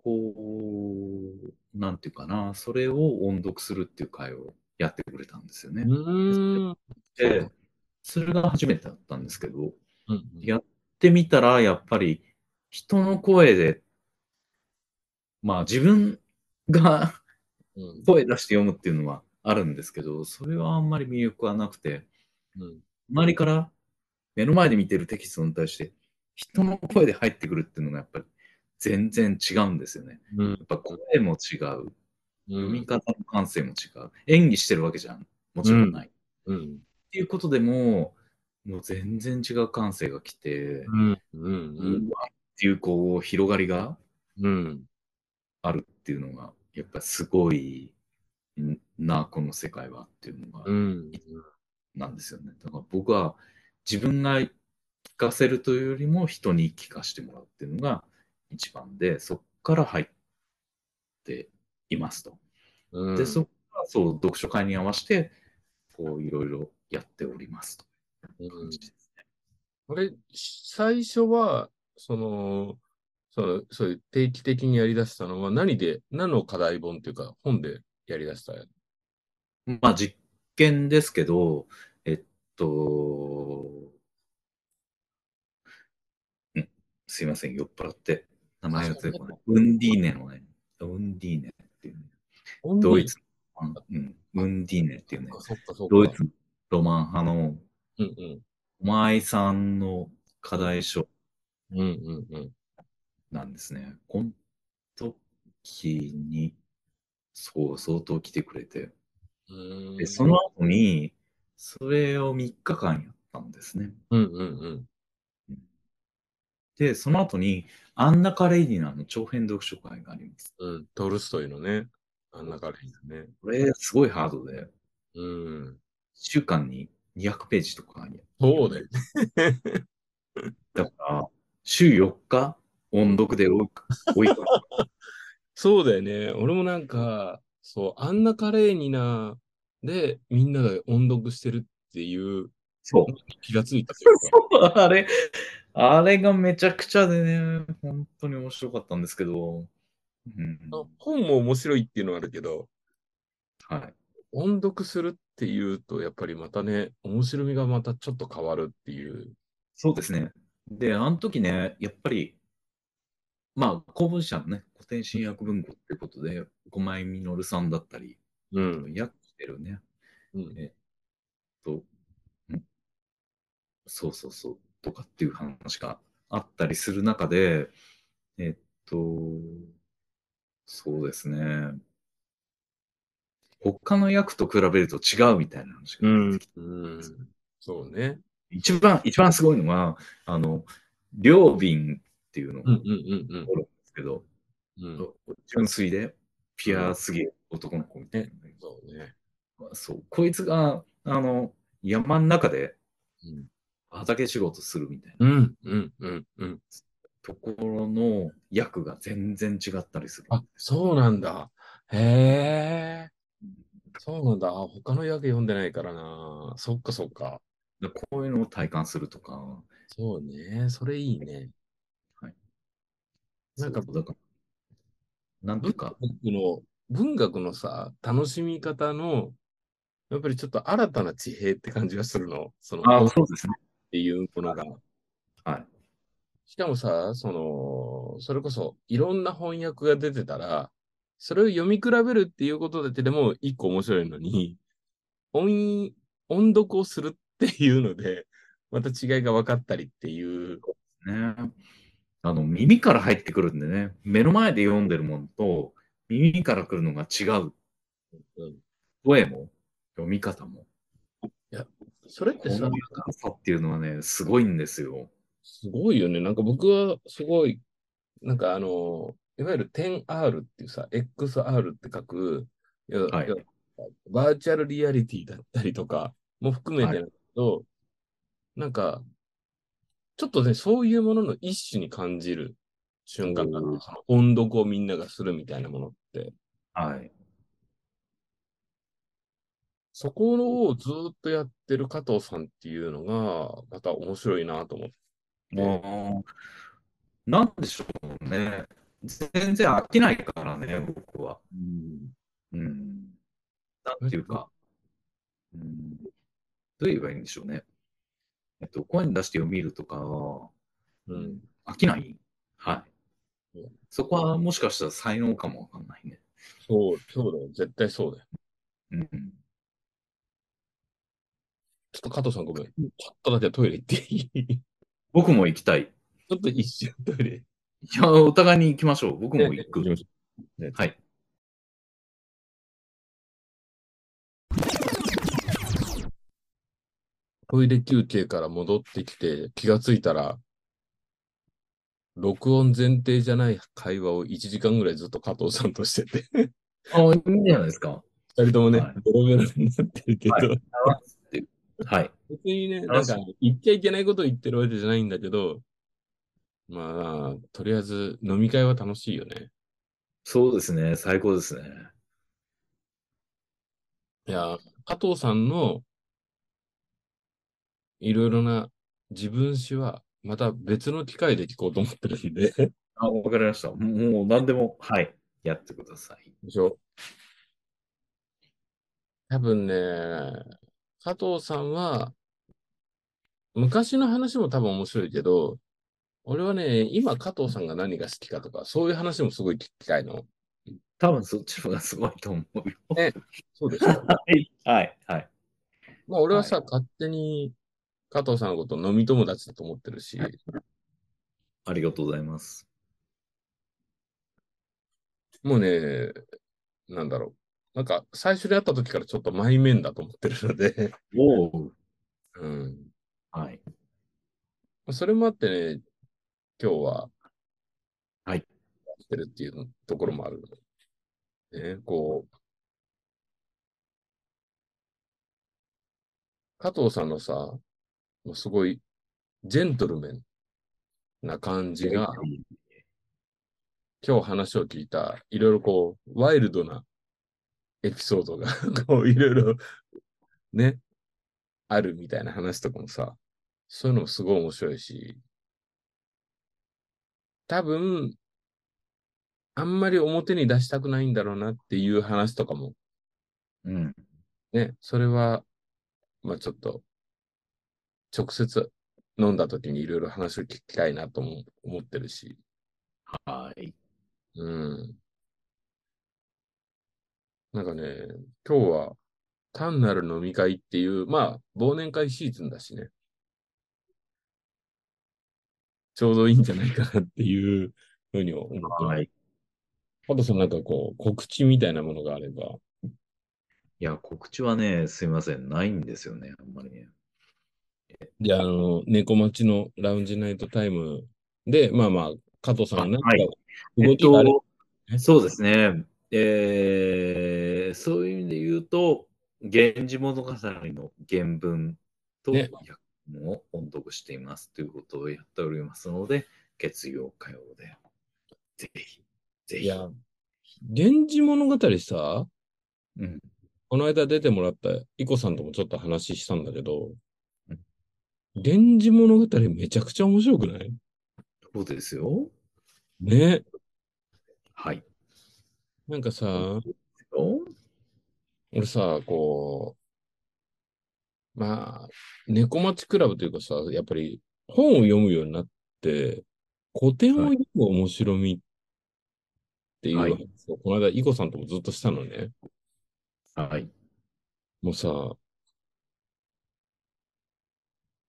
C: こう、なんていうかな、それを音読するっていう会をやってくれたんですよね。
B: うん。
C: で、それが初めてだったんですけど、
B: うん
C: やってみたら、やっぱり人の声で、まあ自分が <laughs>
B: うん
C: 声出して読むっていうのはあるんですけど、それはあんまり魅力はなくて、
B: うん
C: 周りから目の前で見てるテキストに対して、人の声で入ってくるっていうのがやっぱり全然違うんですよね。
B: うん
C: やっぱ声も違う、
B: う
C: 読み
B: ん
C: 方の感性も違う、演技してるわけじゃん。もちろんない。
B: うん
C: っていうことでも、もう全然違う感性が来て、
B: うんうんうん
C: うわっていうこう広がりが
B: うん
C: あるっていうのが、やっぱすごいんな、この世界はっていうのが、
B: うん
C: なんですよね。だから僕は自分が聞かせるというよりも人に聞かせてもらうっていうのが一番で、そこから入っていますと。
B: うん
C: で、そこからそう、読書会に合わせて、こういろいろやっておりますという感じです。
B: これ、最初は、その、その、そういう定期的にやり出したのは何で、何の課題本っていうか、本でやり出した
C: まあ実見ですけど、えっと、うんすいません、酔っ払って。名前が出てこない。ウンディーネのね、ウンディーネっていうね、ドイツの、うん、ウンディーネっていうね、
B: そっかそっか。
C: ドイツのロマン派の、
B: うんうん。
C: お前さんの課題書
B: うんうんうん。
C: なんですね。この時に、そう、相当来てくれて。
B: うーん
C: で、その後に、それを3日間やったんですね。
B: うんうん
C: で、その後に、アンナ・カレイニナの長編読書会があります。
B: うん。うん。トルストイのね、あんな感じだね。
C: これ、すごいハードで、1
B: うん。
C: 週間に200ページとかに。
B: そうだよね。
C: だから、週4日、音読で追い追いかけて
B: そうだよね。俺もなんか、そう、あんな華麗にな、で、みんなが音読してるっていう、
C: そう。
B: 気がついたという <laughs> か。
C: <laughs> あれ、あれがめちゃくちゃでね、本当に面白かったんですけど、うん、
B: あ本も面白いっていうのはあるけど、
C: はい。
B: 音読するっていうと、やっぱりまたね、面白みがまたちょっと変わるっていう。
C: そうですね。で、あの時ね、やっぱり、まあ、公文社のね、古典新訳文庫ってことで、五枚実さんだったり、
B: うん。
C: 訳してるね、
B: うん
C: と、うんそうそうそう、とかっていう話があったりする中で、えっと、そうですね。他の役と比べると違うみたいな話が出てきて、
B: うん。そうね。
C: 一番、一番すごいのは、あの、両瓶っていうの
B: うんう
C: が
B: んうん
C: おるんですけど、
B: うん。うん、
C: 純粋で、ピュアすぎる男の子みたいなね、
B: そうね。
C: そう、こいつが、あの、山の中で
B: うん
C: 畑仕事するみたいな
B: うんうんうんうん。
C: ところの役が全然違ったりする。
B: あ、そうなんだ。へえ。そうなんだ。あ他の役読んでないからな。そっかそっか。
C: でこういうのを体感するとか、
B: そうね。それいいね。
C: はい。
B: なんか
C: そうだから、なんていうか、
B: 文学の、文学のさ、楽しみ方の、やっぱりちょっと新たな地平って感じがするの。その、本っ
C: そうですね。
B: ていうものが。
C: はい。
B: しかもさ、その、それこそ、いろんな翻訳が出てたら、それを読み比べるっていうことだけでも一個面白いのに、音、音読をするっていうので、また違いが分かったりっていう。
C: ね。あの、耳から入ってくるんでね、目の前で読んでるものと、耳から来るのが違う。
B: うん
C: 声も、読み方も。
B: それって
C: こ
B: さ
C: の、高さっていうのはね、すごいんですよ。
B: すごいよね。なんか僕はすごい、なんかあの、いわゆる 10R っていうさ、XR って書く、いや
C: はい
B: いやバーチャルリアリティだったりとかも含めてなんだけど、なんか、ちょっとね、そういうものの一種に感じる瞬間がある
C: おー
B: その音読をみんながするみたいなものって、
C: はい。
B: そこをずっとやってる加藤さんっていうのが、また面白いなと思って。
C: もう、なんでしょうね。全然飽きないからね、僕は。うん。なんていうか、うん、どう言えばいいんでしょうね。えっと、声に出して読みるとか、
B: うん
C: 飽きない。はい
B: うん。
C: そこはもしかしたら才能かもわかんないね。
B: そう、そうだよ。絶対そうだよ。
C: うん。
B: ちょっと加藤さんごめん。ちょっとだけトイレ行っていい <laughs> ち
C: 僕も行きたい。
B: ょっと一瞬トイレ。
C: いや、お互いに行きましょう。僕も行く。はい。
B: トイレ休憩から戻ってきて気がついたら、録音前提じゃない会話を1時間ぐらいずっと加藤さんとしてて、
C: あ、いいんじゃないですか。
B: 二人ともね、
C: はい
B: ベロベロになってるけど、
C: はい。
B: 別にね、なん
C: 楽しい
B: か言っちゃいけないことを言ってるわけじゃないんだけど、まあ、とりあえず飲み会は楽しいよね。
C: そうですね。最高ですね。
B: いや、加藤さんのいろいろな自分史はまた別の機会で聞こうと思ってるんで、
C: あ、わかりました。もうもう何でも、はい。やってください。
B: でしょ多分ね、加藤さんは、昔の話も多分面白いけど、俺はね、今加藤さんが何が好きかとか、そういう話もすごい聞きたいの。
C: 多分そっちの方がすごいと思うよ。
B: えそうでしょ
C: はい、はい、はい。
B: <laughs> まあ俺はさ、
C: は
B: 勝手に加藤さんのこと飲み友達だと思ってるし、
C: ありがとうございます。
B: もうね、なんだろう。なんか、最初に会った時からちょっと前面だと思ってるので、 <laughs>
C: おお。
B: うん。
C: はい。
B: それもあってね、今日は、
C: はい
B: やってるっていうところもあるので。ね、こう、加藤さんのさ、もうすごい、ジェントルメンな感じが、今日話を聞いた、いろいろこう、ワイルドなエピソードが、 <laughs> こう、いろいろ、ね、あるみたいな話とかもさ、そういうのもすごい面白いし、多分、あんまり表に出したくないんだろうなっていう話とかも、
C: うん。
B: ね、それは、まあちょっと、直接飲んだ時にいろいろ話を聞きたいなとも思ってるし、
C: はい。
B: うん。なんかね、今日は単なる飲み会っていう、まあ、忘年会シーズンだしね。ちょうどいいんじゃないかなっていうふうに思ってます。
C: はい。
B: あとそのなんかこう、告知みたいなものがあれば。
C: いや、告知はね、すいません。ないんですよね、あんまりね。
B: で、あの、猫町のラウンジナイトタイムで、まあまあ、加藤さんがなんか
C: あはい
B: 動きがあれば
C: えっとそうですね。えー、そういう意味で言うと、源氏物語の原文と
B: ね
C: 訳文を音読していますということをやっておりますので、月曜、火曜で、ぜひ、ぜ
B: い
C: ひ。
B: や、源氏物語さ、
C: うん、
B: この間出てもらったイコさんともちょっと話したんだけど
C: うん、
B: 源氏物語めちゃくちゃ面白くない
C: そうですよ。
B: ね。
C: はい。
B: なんかさ、
C: お
B: 俺さ、こう、まあ、猫町クラブというかさ、やっぱり本を読むようになって、古典を読む面白みっていう話を、この間イコさんともずっとしたのね。
C: はい。
B: もうさ、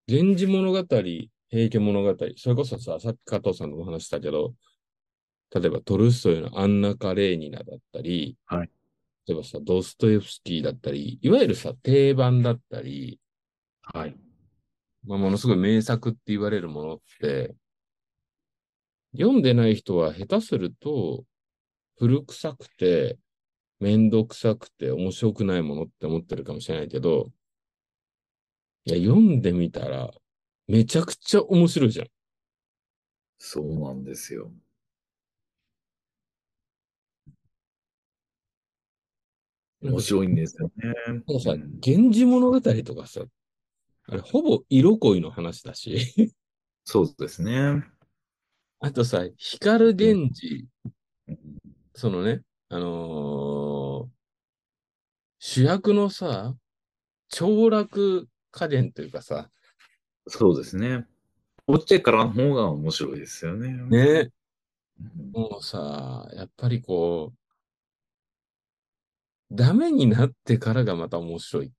B: 源氏物語、平家物語、それこそさ、さっき加藤さんとも話したけど、例えばトルストイのアンナ・カレーニナだったり、
C: はい
B: 例えばさ、ドストエフスキーだったり、いわゆるさ、定番だったり、
C: はい。
B: まあ、ものすごい名作って言われるものって、読んでない人は下手すると、古臭くて、めんどくさくて、面白くないものって思ってるかもしれないけど、いや、読んでみたら、めちゃくちゃ面白いじゃん。
C: そうなんですよ。面白いんですよね。
B: なんかさ、
C: うん
B: 源氏物語とかさ、あれ、ほぼ色恋の話だし、
C: そうですね。
B: あとさ、光源氏、
C: うん
B: そのね、あのー主役のさ、凋落家電というかさ、
C: そうですね。こっちからの方が面白いですよね。
B: ね、
C: うん
B: もうさ、やっぱりこう、ダメになってからがまた面白いっ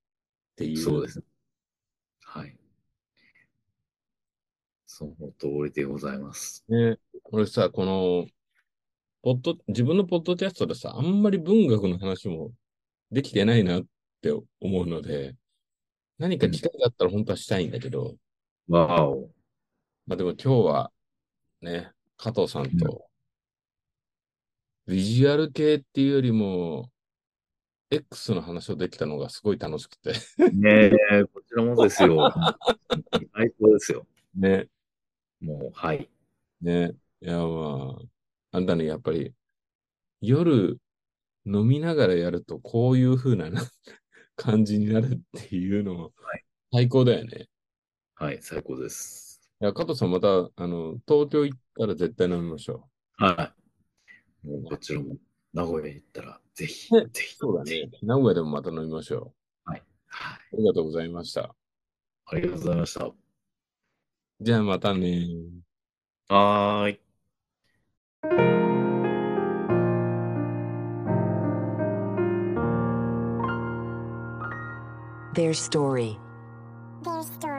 B: ていう。
C: そうです。はい。その通りでございます。
B: ね。俺さ、この、ポッド、自分のポッドキャストでさ、あんまり文学の話もできてないなって思うので、何か機会があったら本当はしたいんだけど、
C: わ <laughs> お。
B: まあでも今日はね、加藤さんと、ビジュアル系っていうよりも、X の話をできたのがすごい楽しくて。
C: ねえ、こちらもですよ。最高ですよ。
B: ね。
C: もう、はい。
B: <laughs> ね。いや、まあ、あんたね、やっぱり、夜飲みながらやるとこういう風なな <laughs> 感じになるっていうのも最高だよね。
C: はい、最高です。
B: いや、加藤さんまた、あの、東京行ったら絶対飲みましょ
C: はい。もう、こちらも名古屋行ったら、ぜひ、
B: ね
C: ぜひ。
B: そうだ
C: ぜひ
B: ね。名古屋でもまた飲みましょ
C: はい。
B: う。ありがとうございました。
C: ありがとうございました。
B: じゃあまたね。
C: はーい。
A: Their story.
D: Their story.